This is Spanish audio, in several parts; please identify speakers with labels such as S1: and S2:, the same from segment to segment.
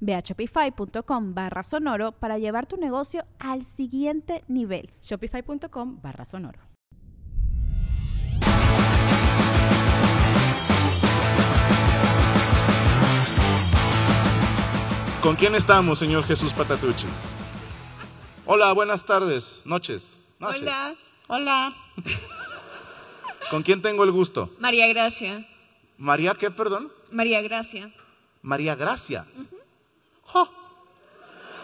S1: Ve a shopify.com barra sonoro para llevar tu negocio al siguiente nivel.
S2: Shopify.com barra sonoro.
S3: ¿Con quién estamos, señor Jesús Patatucci? Hola, buenas tardes, noches. noches.
S4: Hola,
S3: Hola. ¿Con quién tengo el gusto?
S4: María Gracia.
S3: María, ¿qué, perdón?
S4: María Gracia.
S3: María Gracia. ¡Jo!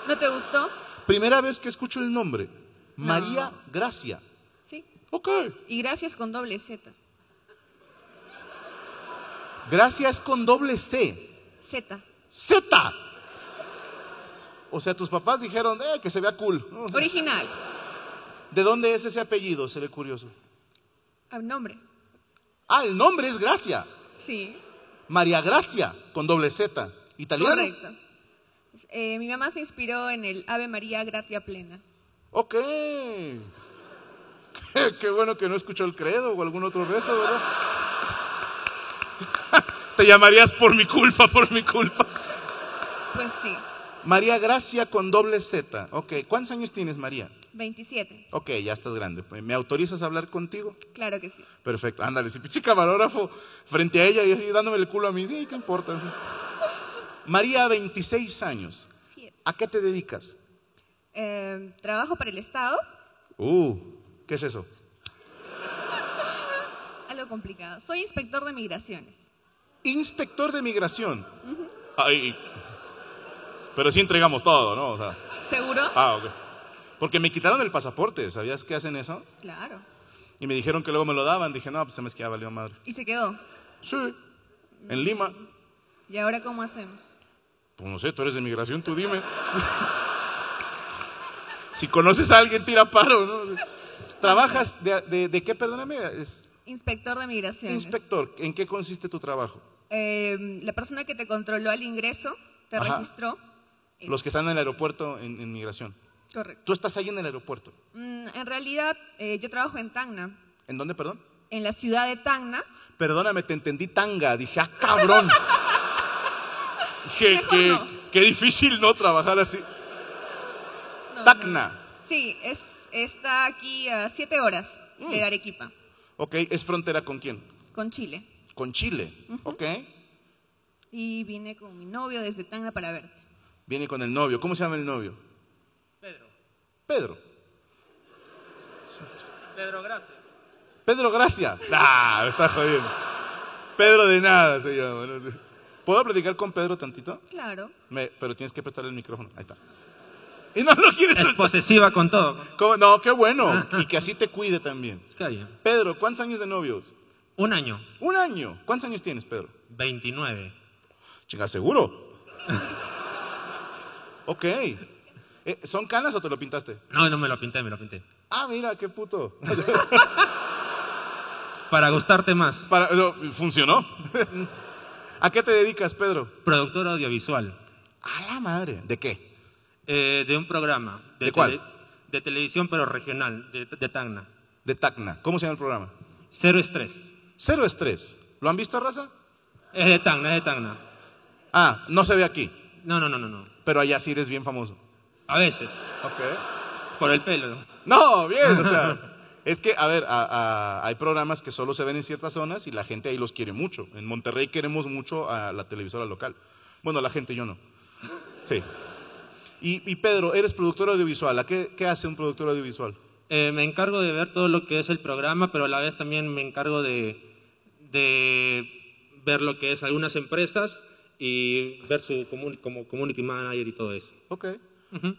S4: ¿No te gustó?
S3: Primera vez que escucho el nombre. María Gracia.
S4: Sí.
S3: Ok.
S4: Y gracias con doble Z.
S3: Gracia es con doble C.
S4: Z.
S3: Z. O sea, tus papás dijeron, eh, que se vea cool. O sea,
S4: Original.
S3: ¿De dónde es ese apellido? Seré curioso.
S4: Al nombre.
S3: Ah, el nombre es Gracia.
S4: Sí.
S3: María Gracia, con doble Z. ¿Italiano?
S4: Correcto. Eh, mi mamá se inspiró en el Ave María Gratia Plena.
S3: Ok. Qué, qué bueno que no escuchó el credo o algún otro rezo, ¿verdad? Te llamarías por mi culpa, por mi culpa.
S4: Pues sí,
S3: María Gracia con doble Z. Ok, ¿cuántos años tienes, María?
S4: 27.
S3: Ok, ya estás grande. ¿Me autorizas a hablar contigo?
S4: Claro que sí.
S3: Perfecto, ándale. Si pinche camarógrafo frente a ella y así dándome el culo a mí, sí, ¿qué importa? Sí. María, 26 años.
S4: Siete.
S3: ¿A qué te dedicas?
S4: Eh, trabajo para el Estado,
S3: Uh, ¿qué es eso?
S4: algo complicado. Soy inspector de migraciones.
S3: Inspector de migración. Ay, pero sí entregamos todo, ¿no? O sea,
S4: ¿Seguro?
S3: ah, ok. Porque me quitaron el pasaporte, ¿sabías que hacen eso?
S4: Claro.
S3: Y me dijeron que luego me lo daban. Dije, no, pues se me es que ya valió madre.
S4: Y se quedó.
S3: Sí, en Lima.
S4: ¿Y ahora cómo hacemos?
S3: Pues no sé, tú eres de migración, tú dime. si conoces a alguien, tira paro, ¿no? ¿Trabajas de, de- de qué, perdóname? Es
S4: Inspector de migraciones.
S3: inspector, ¿en qué consiste tu trabajo?
S4: Eh, la persona que te controló al ingreso, te
S3: Ajá.
S4: registró. Es-
S3: Los que están en el aeropuerto en, en migración.
S4: Correcto.
S3: Tú estás ahí en el aeropuerto.
S4: Mm, En realidad, eh, yo trabajo en Tacna,
S3: ¿En dónde, perdón?
S4: en la ciudad de Tacna.
S3: Perdóname, te entendí tanga. Dije, ah, cabrón. Dije,
S4: Mejor
S3: qué,
S4: no.
S3: qué difícil no trabajar así.
S4: No, no.
S3: Tacna.
S4: Sí, es, está aquí a siete horas de Arequipa,
S3: Ok, ¿es frontera con quién?
S4: con Chile.
S3: Con Chile. Ok.
S4: Y vine con mi novio desde Tacna para verte.
S3: Viene con el novio. ¿Cómo se llama el novio? Pedro. Pedro.
S5: Pedro, gracias.
S3: Pedro Gracia. Ah, me está jodiendo. Pedro de nada se llama. ¿no? Sí. ¿Puedo platicar con Pedro tantito?
S4: Claro,
S3: Me- pero tienes que prestarle el micrófono. Ahí está. Y no lo quieres
S5: Es
S3: soltar.
S5: posesiva con todo.
S3: ¿Cómo? No, qué bueno. Y que así te cuide también.
S5: Está bien.
S3: Pedro, ¿cuántos años de novios?
S5: Un año,
S3: Un año. ¿Cuántos años tienes, Pedro?
S5: 29.
S3: Chinga, seguro. ok. Eh, ¿Son canas o te lo pintaste?
S5: No, no me lo pinté, me lo pinté.
S3: Ah, mira, qué puto.
S5: Para gustarte más,
S3: Para- no, ¿Funcionó? ¿A qué te dedicas, Pedro?
S5: productor audiovisual
S3: A la madre. ¿De qué?
S5: eh, de un programa.
S3: ¿De cuál?
S5: de televisión, pero regional, de, de Tacna.
S3: De Tacna. ¿Cómo se llama el programa?
S5: Cero estrés.
S3: Cero estrés. ¿Lo han visto, raza?
S5: Es de Tacna, es de Tacna.
S3: Ah, no se ve aquí,
S5: No, no, no, no, no.
S3: pero allá sí eres bien famoso.
S5: A veces,
S3: Ok.
S5: por el pelo.
S3: No, bien, o sea. Es que, a ver, a- a- hay programas que solo se ven en ciertas zonas y la gente ahí los quiere mucho. En Monterrey queremos mucho a la televisora local. Bueno, la gente yo no. Sí. Y, y Pedro, eres productor audiovisual. ¿A qué, qué hace un productor audiovisual?
S5: Eh, me encargo de ver todo lo que es el programa, pero a la vez también me encargo de, de ver lo que es algunas empresas y ver su comu- como community manager y todo eso.
S3: Ok.
S5: Ujú.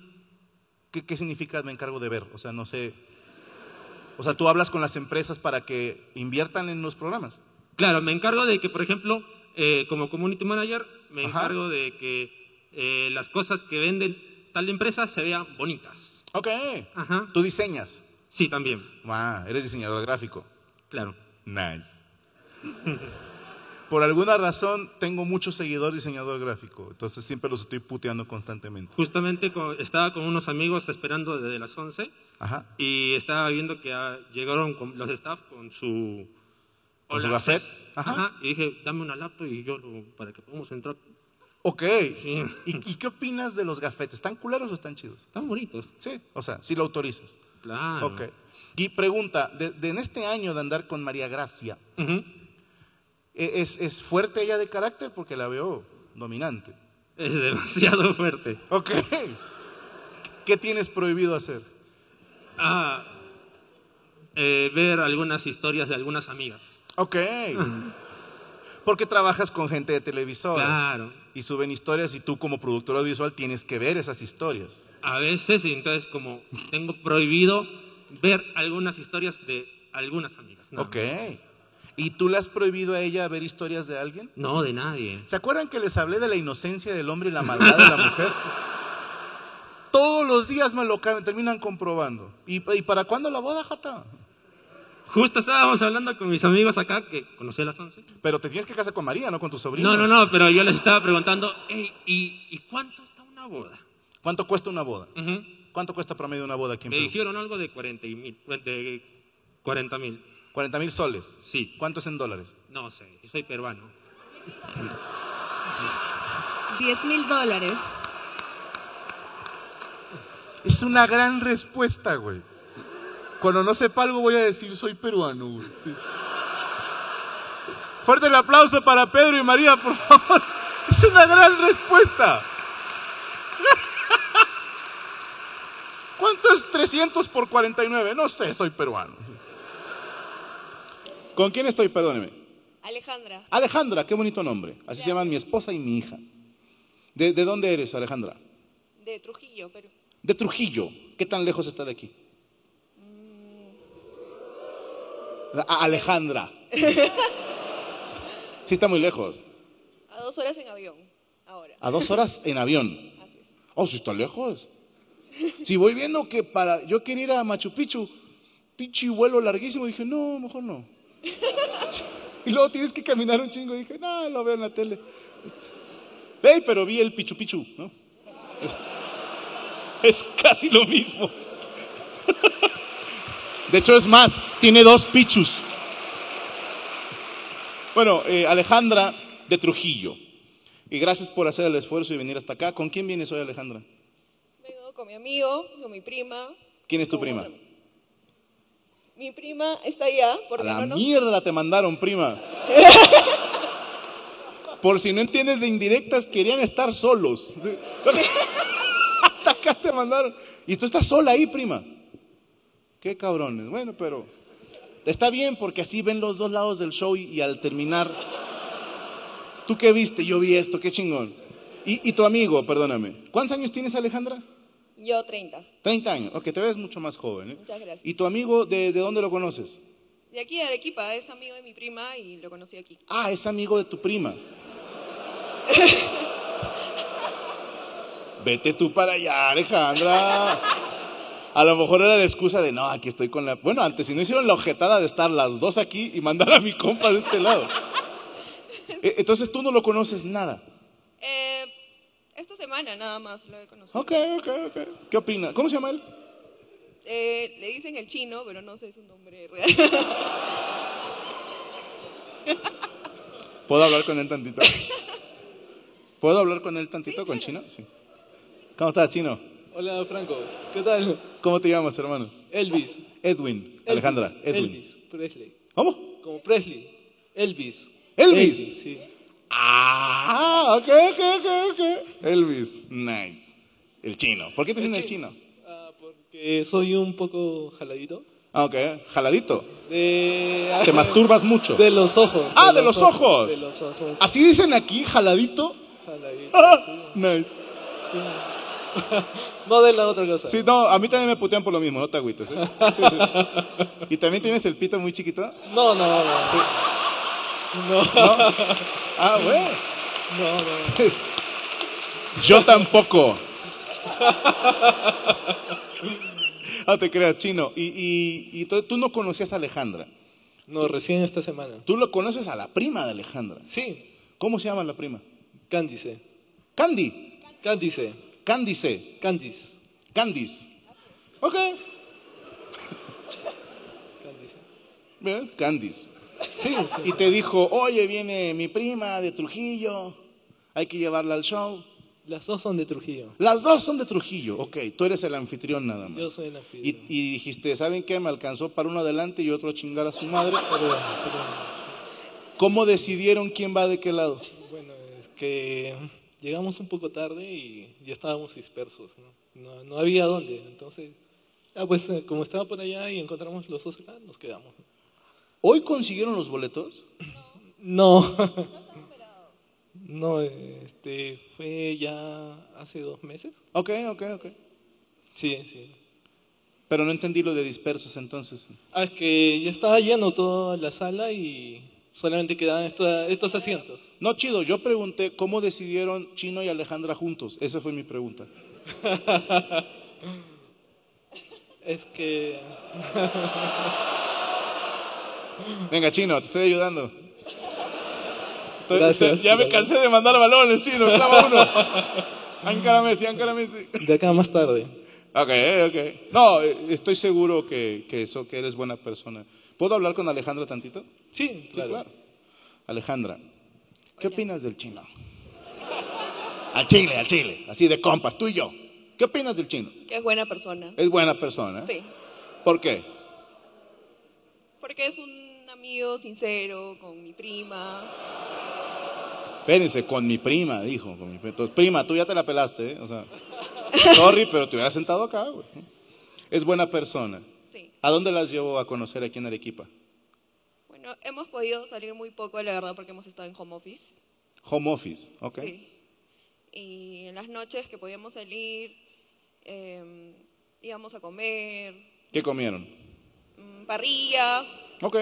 S3: ¿Qué, qué significa me encargo de ver? O sea, no sé. O sea, tú hablas con las empresas para que inviertan en los programas.
S5: Claro, me encargo de que, por ejemplo, eh, como community manager, me
S3: Ajá.
S5: encargo de que eh, las cosas que venden tal empresa se vean bonitas.
S3: Ok.
S5: Ajá.
S3: Tú diseñas.
S5: Sí, también,
S3: Ah, eres diseñador gráfico.
S5: claro.
S3: Nice. Por alguna razón tengo muchos seguidores diseñador gráfico, entonces siempre los estoy puteando constantemente.
S5: Justamente co- estaba con unos amigos esperando desde las 11
S3: Ajá.
S5: y estaba viendo que ah, llegaron con los staff con su...
S3: Con su
S5: Hola,
S3: gafet.
S5: Cés.
S3: Ajá.
S5: Ajá. Y dije, dame una laptop y yo lo- para que podamos entrar.
S3: Ok.
S5: Sí.
S3: ¿Y, y qué opinas de los gafetes? ¿Están culeros o están chidos?
S5: Están bonitos.
S3: Sí, o sea, si lo autorizas.
S5: Claro.
S3: Ok. Y pregunta, de, de en este año de andar con María Gracia,
S5: Ujú.
S3: ¿e- ¿es, es fuerte ella de carácter? Porque la veo dominante.
S5: Es demasiado fuerte.
S3: Ok. ¿Qué tienes prohibido hacer?
S5: Ah, eh, ver algunas historias de algunas amigas.
S3: Ok. Porque trabajas con gente de televisoras.
S5: Mm. Claro.
S3: Y suben historias y tú como productor audiovisual tienes que ver esas historias.
S5: A veces, y entonces como tengo prohibido ver algunas historias de algunas amigas. nada
S3: ok.
S5: más.
S3: ¿Y tú le has prohibido a ella ver historias de alguien?
S5: No, de nadie.
S3: ¿Se acuerdan que les hablé de la inocencia del hombre y la maldad de la mujer? Todos los días me lo ca- terminan comprobando. ¿Y, y para cuándo la boda, Jata?
S5: Justo estábamos hablando con mis amigos acá, que conocí a las 11.
S3: Pero te tienes que casar con María, no con tu sobrino.
S5: No, no, no, pero yo les estaba preguntando, "Ey, ¿y, y cuánto está una boda?
S3: ¿Cuánto cuesta una boda?
S5: Ujú.
S3: ¿Cuánto cuesta promedio una boda aquí en
S5: Me
S3: Perú?
S5: dijeron algo de 40 mil. De 40 mil.
S3: 40 mil soles.
S5: Sí.
S3: ¿Cuánto es en dólares?
S5: No sé, soy peruano.
S4: 10 mil dólares.
S3: Es una gran respuesta, güey. Cuando no sepa algo voy a decir soy peruano, güey. Sí. Fuerte el aplauso para Pedro y María, por favor. Es una gran respuesta. ¿Cuánto es 300 por 49? No sé, soy peruano. ¿Con quién estoy? Perdóneme.
S4: Alejandra,
S3: Alejandra, qué bonito nombre. Así se llaman mi esposa y mi hija. ¿De, de dónde eres, Alejandra?
S4: de Trujillo, Perú.
S3: De Trujillo. ¿Qué tan lejos está de aquí? A- Alejandra. Sí, está muy lejos.
S4: A dos horas en avión, ahora.
S3: A dos horas en avión.
S4: Así es.
S3: Oh, sí, está lejos. Si voy viendo que para. Yo quería ir a Machu Picchu, pichi vuelo larguísimo. Dije, no, mejor no. Y luego tienes que caminar un chingo. Dije, no, lo veo en la tele. Ve, pero vi el Pichu Pichu, ¿no? Es, es casi lo mismo. De hecho, es más, tiene dos Pichus. Bueno, eh, Alejandra de Trujillo. Y gracias por hacer el esfuerzo y venir hasta acá. ¿Con quién vienes hoy, Alejandra?
S4: Vengo con mi amigo, con mi prima.
S3: ¿Quién es tu
S4: con
S3: prima?
S4: otra- Mi prima está allá,
S3: A
S4: porque
S3: la
S4: no, no.
S3: mierda te mandaron, prima. Por si no entiendes de indirectas, querían estar solos. Sí. Hasta acá te mandaron. Y tú estás sola ahí, prima. Qué cabrones. Bueno, pero está bien porque así ven los dos lados del show y, y al terminar, ¿tú qué viste? Yo vi esto, qué chingón. Y, y tu amigo, perdóname. ¿Cuántos años tienes, Alejandra?
S4: Yo 30.
S3: 30 años. Ok, te ves mucho más joven. ¿eh?
S4: Muchas gracias.
S3: ¿Y tu amigo, de, de dónde lo conoces?
S4: De aquí de Arequipa, es amigo de mi prima y lo conocí aquí.
S3: Ah, es amigo de tu prima. Vete tú para allá, Alejandra. A lo mejor era la excusa de, no, aquí estoy con la... Bueno, antes, si no hicieron la ojetada de estar las dos aquí y mandar a mi compa de este lado. E- Entonces tú no lo conoces nada.
S4: Eh, esta semana nada más lo he conocido.
S3: Ok, ok, ok. ¿Qué opina? ¿Cómo se llama él?
S4: Eh, le dicen el chino, pero no sé su nombre real.
S3: ¿Puedo hablar con él tantito? ¿Puedo hablar con él tantito, con Chino? Sí. ¿Cómo estás, Chino?
S6: Hola Franco, ¿qué tal?
S3: ¿Cómo te llamas, hermano?
S6: Elvis.
S3: Edwin, Alejandra,
S6: Elvis,
S3: Edwin.
S6: Elvis Presley.
S3: ¿Cómo?
S6: Como Presley. Elvis.
S3: Elvis.
S6: sí.
S3: Ah, ok, ok, ok, ok. Elvis, nice. El chino. ¿Por qué te dicen el chino?
S6: Ah, porque
S7: Eh, soy un poco jaladito.
S3: Ah, ok, jaladito.
S7: De... ah,
S3: Te masturbas mucho.
S7: De los ojos.
S3: Ah, de los ojos. Ah,
S7: De los ojos.
S3: Así dicen aquí, jaladito.
S7: Jaladito.
S3: Ah, nice.
S7: No de la otra cosa.
S3: Sí, no, a mí también me putean por lo mismo, no te agüites. ¿eh? Sí, sí. ¿Y también tienes el pito muy chiquito?
S7: No, no, no. No,
S3: ¿No? Ah, bueno.
S7: no, no.
S3: Yo tampoco. No te creas, chino. Y, y, y tú, tú no conocías a Alejandra.
S7: No, recién esta semana.
S3: Tú lo conoces a la prima de Alejandra.
S7: Sí,
S3: ¿Cómo se llama la prima?
S7: Cándice.
S3: Candy.
S7: Cándice.
S3: Candice.
S7: Cándice.
S3: Candice. Ok.
S7: Cándice.
S3: Bien, Candice.
S7: Sí, sí.
S3: Y te dijo, oye, viene mi prima de Trujillo. Hay que llevarla al show.
S7: Las dos son de Trujillo.
S3: Las dos son de Trujillo. Ok, tú eres el anfitrión nada más.
S7: Yo soy el
S3: Y,
S7: anfitrión.
S3: y dijiste, ¿saben qué? Me alcanzó para uno adelante y otro a chingar a su madre.
S7: Perdón, perdón.
S3: ¿Cómo decidieron quién va de qué lado?
S7: Bueno, es que llegamos un poco tarde y ya estábamos dispersos, ¿no? No, no había dónde, entonces... Ah, pues eh, como estaba por allá y encontramos los dos acá, nos quedamos.
S3: ¿Hoy consiguieron los boletos?
S7: No. No, eh, este, fue ya hace dos meses.
S3: Ok, ok, ok.
S7: Sí, sí.
S3: Pero no entendí lo de dispersos entonces.
S7: Ah, es que ya estaba lleno toda la sala y solamente quedaban esta- estos asientos.
S3: No, chido, yo pregunté cómo decidieron Chino y Alejandra juntos. Esa fue mi pregunta.
S7: Es que...
S3: Venga, Chino, te estoy ayudando. Estoy-
S7: Gracias.
S3: ya me cansé de mandar balones, Chino, clava uno. Áncara Messi, áncara Messi.
S7: De acá más tarde.
S3: Ok, ok. No, eh, estoy seguro que, que eso, que eres buena persona. ¿Puedo hablar con Alejandra tantito?
S7: Sí,
S3: Sí,
S7: claro.
S3: claro. Alejandra, ¿qué opinas del chino? Al chile, al chile, así de compas, tú y yo. ¿Qué opinas del chino?
S4: Que es buena persona.
S3: Es buena persona. ¿eh?
S4: Sí.
S3: ¿Por qué?
S4: Porque es un amigo sincero con mi prima.
S3: Espérense, con mi prima, dijo. Con mi prima. Entonces, prima, tú ya te la pelaste, ¿eh? O sea, sorry, pero te hubieras sentado acá, güey. Es buena persona.
S4: Sí.
S3: ¿A dónde las llevó a conocer aquí en Arequipa?
S4: Bueno, hemos podido salir muy poco, la verdad, porque hemos estado en home office.
S3: Home office, ¿ok?
S4: Sí. Y en las noches que podíamos salir, eh, íbamos a comer,
S3: ¿Qué comieron?
S4: mm, parrilla.
S3: Ok.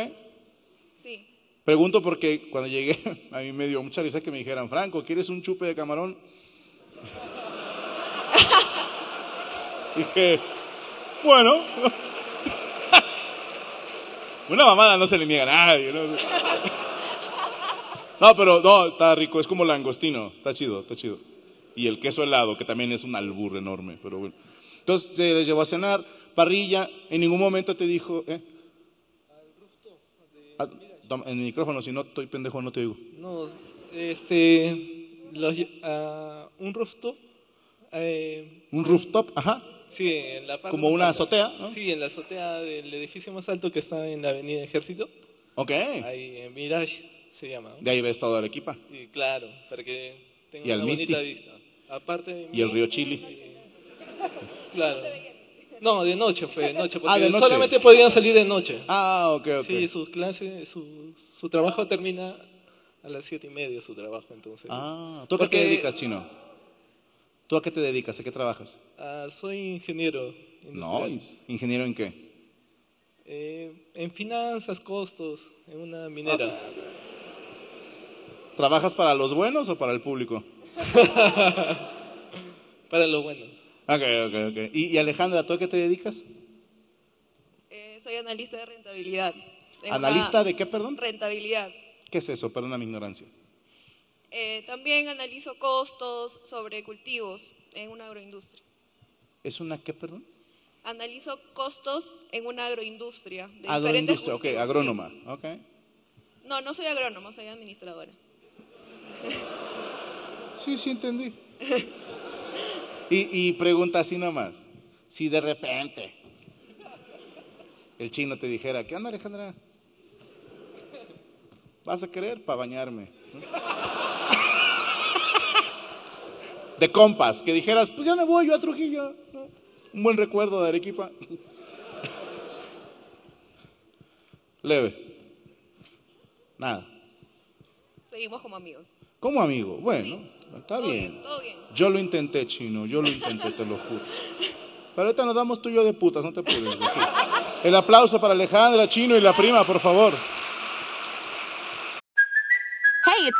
S4: Sí.
S3: Pregunto porque cuando llegué, a mí me dio mucha risa que me dijeran, Franco, ¿quieres un chupe de camarón? Dije, bueno. Una mamada no se le niega a nadie. ¿no? No, pero no, está rico, es como langostino, está chido, está chido. Y el queso helado, que también es un albur enorme, pero bueno. Entonces se les llevó a cenar, parrilla, en ningún momento te dijo, ¿eh? Ah, toma, En el micrófono, si no estoy pendejo, no te digo.
S7: No, este, los lle- a un rooftop, eh,
S3: Un rooftop, ajá.
S7: sí, en la parte
S3: Como
S7: más
S3: una
S7: alta.
S3: azotea, ¿no?
S7: Sí, en la azotea del edificio más alto que está en la Avenida Ejército,
S3: Ok.
S7: ahí en Mirage se llama. ¿no?
S3: De ahí ves toda la equipa.
S7: Y claro, para que tenga
S3: Y al
S7: una bonita
S3: Misti.
S7: vista. Aparte de
S3: Y el
S7: mí,
S3: río Chili.
S7: Claro. No, de noche fue, de noche, porque
S3: Ah, de noche.
S7: solamente podían salir de noche.
S3: Ah, ok, ok.
S7: Sí, sus clases, su, su trabajo termina a las siete y media su trabajo, entonces.
S3: Ah, ¿tú a qué te
S7: Porque-
S3: dedicas, chino? ¿Tú a qué te dedicas? ¿A qué trabajas?
S7: Ah, soy ingeniero
S3: No,
S7: industrial.
S3: ingeniero en qué?
S7: Eh, en finanzas, costos, en una minera.
S3: ¿Trabajas para los buenos o para el público?
S7: Para los buenos.
S3: Ok, ok, ok. ¿Y, y Alejandra, ¿tú a qué te dedicas?
S4: Eh, soy analista de rentabilidad. En
S3: ¿Analista
S4: una-
S3: de qué, perdón?
S4: Rentabilidad.
S3: ¿Qué es eso? Perdona mi ignorancia.
S4: Eh, también analizo costos sobre cultivos en una agroindustria.
S3: ¿Es una qué, perdón?
S4: Analizo costos en una agroindustria. De diferentes
S3: Agroindustria, ok,
S4: cultivos, sí.
S3: agrónoma. Ok.
S4: No, no soy agrónoma, soy administradora.
S3: Sí, sí, entendí. Y, y pregunta así nomás. Si de repente el chino te dijera, ¿qué onda Alejandra? ¿Vas a querer para bañarme? De compas, que dijeras, pues ya me voy yo a Trujillo. ¿no? Un buen recuerdo de Arequipa. Leve. Nada.
S4: Seguimos como amigos.
S3: Como amigo, bueno, está
S4: Todo
S3: bien.
S4: Todo bien.
S3: Yo lo intenté, chino, yo lo intenté, te lo juro. Pero ahorita nos damos tú y yo de putas, no te apures. güey, sí. El aplauso para Alejandra, chino y la prima, por favor.
S8: Hey, it's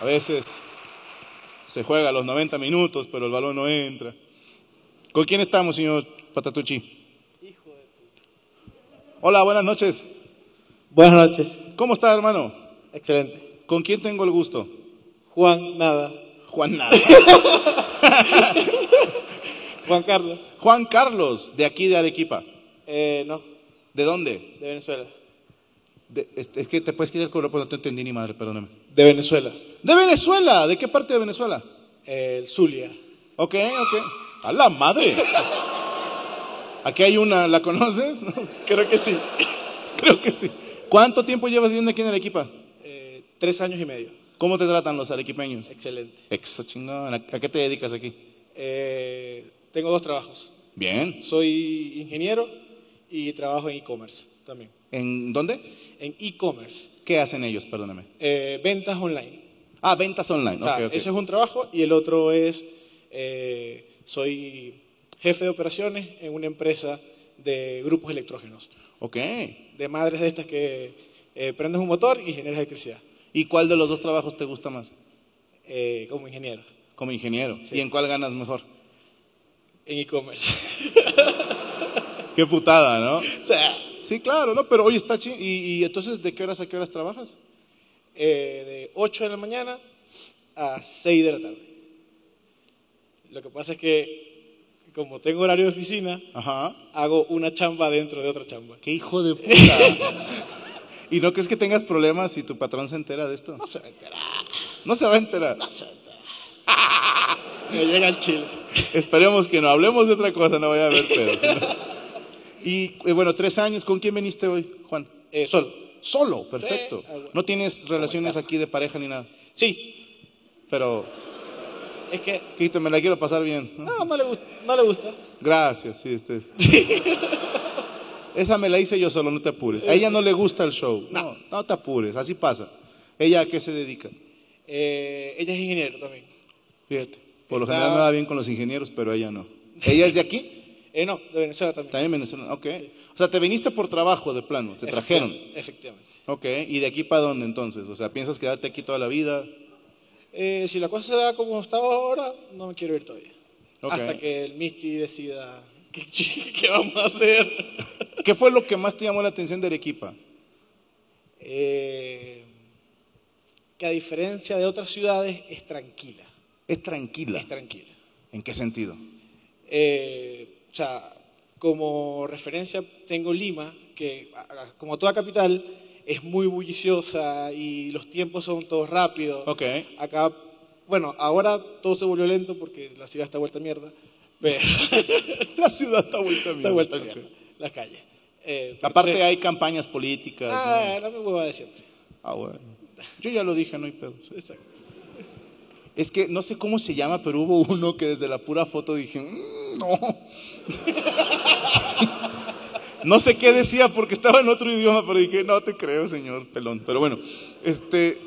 S3: A veces se juega a los 90 minutos, pero el balón no entra. ¿Con quién estamos, señor Patatucci? Hola, buenas noches.
S7: Buenas noches.
S3: ¿Cómo está, hermano?
S7: Excelente.
S3: ¿Con quién tengo el gusto?
S7: Juan, nada.
S3: Juan Nada.
S7: Juan Carlos.
S3: Juan Carlos, de aquí de Arequipa.
S7: Eh, no,
S3: ¿De dónde?
S7: de Venezuela.
S3: De- es, es que te puedes quitar el cuerpo, no te entendí ni madre, perdóname.
S7: De Venezuela.
S3: ¿De Venezuela? ¿De qué parte de Venezuela?
S7: Eh, el Zulia.
S3: Ok, ok. ¡A la madre! Aquí hay una, ¿la conoces?
S7: Creo que sí.
S3: Creo que sí. ¿Cuánto tiempo llevas viviendo aquí en Arequipa?
S7: Eh, tres años y medio.
S3: ¿Cómo te tratan los arequipeños?
S7: Excelente.
S3: Eso chingón. ¿A a qué te dedicas aquí?
S7: Eh, tengo dos trabajos.
S3: Bien.
S7: Soy ingeniero y trabajo en e-commerce también.
S3: ¿En dónde?
S7: En e-commerce.
S3: ¿Qué hacen ellos? Perdóname.
S7: eh, ventas online.
S3: Ah, ventas online.
S7: O sea,
S3: Ok, ok.
S7: ese es un trabajo y el otro es, eh, soy jefe de operaciones en una empresa de grupos electrógenos.
S3: Ok.
S7: de madres de estas que eh, prendes un motor y generas electricidad
S3: ¿Y cuál de los dos trabajos te gusta más?
S7: eh, como ingeniero
S3: Como ingeniero. ¿Y en cuál ganas mejor?
S7: en e-commerce.
S3: Qué putada, ¿no?
S7: o sea,
S3: Sí, claro, ¿no? Pero hoy está chi- ¿Y, y entonces de qué horas a qué horas trabajas?
S7: eh, de 8 de la mañana a 6 de la tarde. Lo que pasa es que como tengo horario de oficina,
S3: Ajá.
S7: hago una chamba dentro de otra chamba.
S3: ¡Qué hijo de puta! ¿Y no crees que tengas problemas si tu patrón se entera de esto?
S7: No se va a enterar,
S3: No se va a enterar.
S7: no se va a enterar. Me llega el chile.
S3: Esperemos que no hablemos de otra cosa, no vaya a haber pedos. ¿no? Y eh, bueno, tres años, ¿con quién viniste hoy, Juan?
S7: Eh, solo.
S3: Solo, perfecto.
S7: Sí, ah, bueno.
S3: No tienes relaciones aquí de pareja ni nada,
S7: Sí,
S3: pero
S7: es que
S3: aquí te- me la quiero pasar bien. ¿no?
S7: no, no le, gust- no le gusta.
S3: Gracias, sí, este. Esa me la hice yo solo, no te apures. A ella no le gusta el show. No, no te apures, así pasa. ¿Ella a qué se dedica?
S7: Eh, ella es ingeniero también.
S3: Fíjate. Por lo
S7: Está-
S3: general me va bien con los ingenieros, pero ella no. ¿Ella es de aquí?
S7: Eh, no, de Venezuela también.
S3: También venezolana. Ok. O sea, te viniste por trabajo de plano, te trajeron.
S7: Efectivamente, efectivamente.
S3: Ok, ¿y de aquí para dónde entonces? O sea, ¿piensas quedarte aquí toda la vida?
S7: Eh, si la cosa se da como está ahora, no me quiero ir todavía.
S3: Ok.
S7: Hasta que el Misty decida qué, ch- qué vamos a hacer.
S3: ¿Qué fue lo que más te llamó la atención de Arequipa?
S7: Eh, que a diferencia de otras ciudades, es tranquila.
S3: Es tranquila.
S7: Es tranquila.
S3: ¿En qué sentido?
S7: Eh, o sea, como referencia tengo Lima, que a- a- como toda capital es muy bulliciosa y los tiempos son todos rápidos.
S3: Ok.
S7: Acá, bueno, ahora todo se volvió lento porque la ciudad está vuelta a mierda. Pero,
S3: La ciudad está vuelta a mierda.
S7: está vuelta a
S3: Ok.
S7: mierda las calles. Eh,
S3: Aparte
S7: entonces-
S3: hay campañas políticas.
S7: Ah,
S3: ¿no?
S7: la misma hueva de siempre.
S3: Ah, bueno. Yo ya lo dije, no hay pedos.
S7: Exacto.
S3: Es que no sé cómo se llama, pero hubo uno que desde la pura foto dije, "Mm, no. no sé qué decía porque estaba en otro idioma, pero dije, no te creo, señor pelón. Pero bueno, este,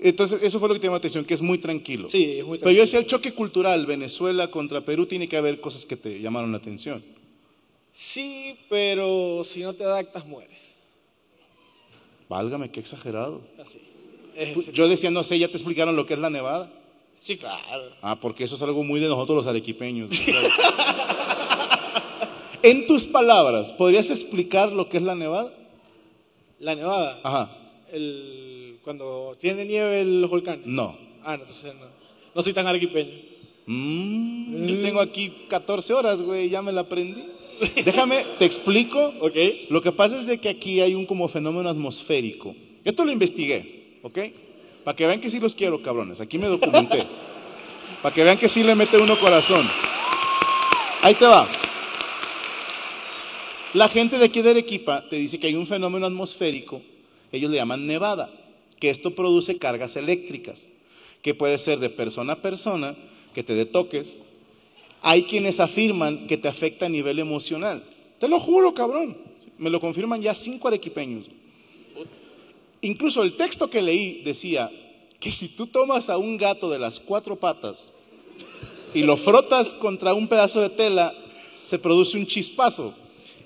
S3: entonces eso fue lo que te llamó la atención, que es muy tranquilo.
S7: Sí, es muy
S3: Pero yo
S7: tranquilo.
S3: decía, el choque cultural Venezuela contra Perú tiene que haber cosas que te llamaron la atención.
S7: Sí, pero si no te adaptas, mueres.
S3: Válgame, qué exagerado.
S7: Así. Es-
S3: Pues, Yo decía, no sé, ya te explicaron lo que es la nevada.
S7: sí, claro.
S3: Ah, porque eso es algo muy de nosotros los arequipeños. ¿no? Claro. en tus palabras, ¿podrías explicar lo que es la nevada?
S7: La nevada.
S3: Ajá.
S7: El, cuando tiene nieve los volcanes.
S3: No.
S7: Ah, no, entonces no. No soy tan arequipeño.
S3: Mm, yo tengo aquí 14 horas, güey, ya me la aprendí. Déjame, te explico.
S7: ¿Ok?
S3: Lo que pasa es de que aquí hay un como fenómeno atmosférico. Esto lo investigué, ¿ok? Para que vean que sí los quiero, cabrones. Aquí me documenté. Para que vean que sí le mete uno corazón. Ahí te va. La gente de aquí de Arequipa te dice que hay un fenómeno atmosférico, ellos le llaman nevada, que esto produce cargas eléctricas, que puede ser de persona a persona, que te detoques. Hay quienes afirman que te afecta a nivel emocional. Te lo juro, cabrón. Me lo confirman ya cinco arequipeños. Incluso el texto que leí decía que si tú tomas a un gato de las cuatro patas y lo frotas contra un pedazo de tela, se produce un chispazo.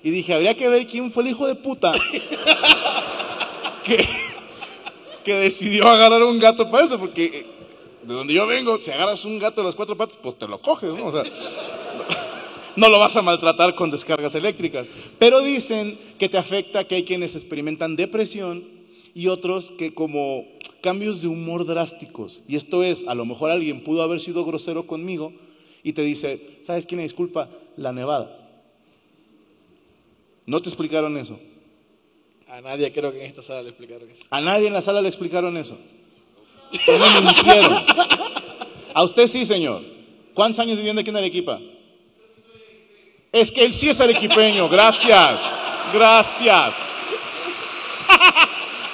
S3: Y dije, habría que ver quién fue el hijo de puta que, que decidió agarrar un gato para eso, porque eh, de donde yo vengo, si agarras un gato de las cuatro patas, pues te lo coges, ¿no? O sea, no lo vas a maltratar con descargas eléctricas. Pero dicen que te afecta, que hay quienes experimentan depresión y otros que como cambios de humor drásticos. Y esto es, a lo mejor alguien pudo haber sido grosero conmigo y te dice, ¿sabes quién? Disculpa, la nevada. No te explicaron eso.
S7: A nadie creo que en esta sala le explicaron eso.
S3: A nadie en la sala le explicaron eso. No me mintieron. A usted sí, señor. ¿Cuántos años viviendo aquí en Arequipa? Es que él sí es arequipeño. Gracias. Gracias.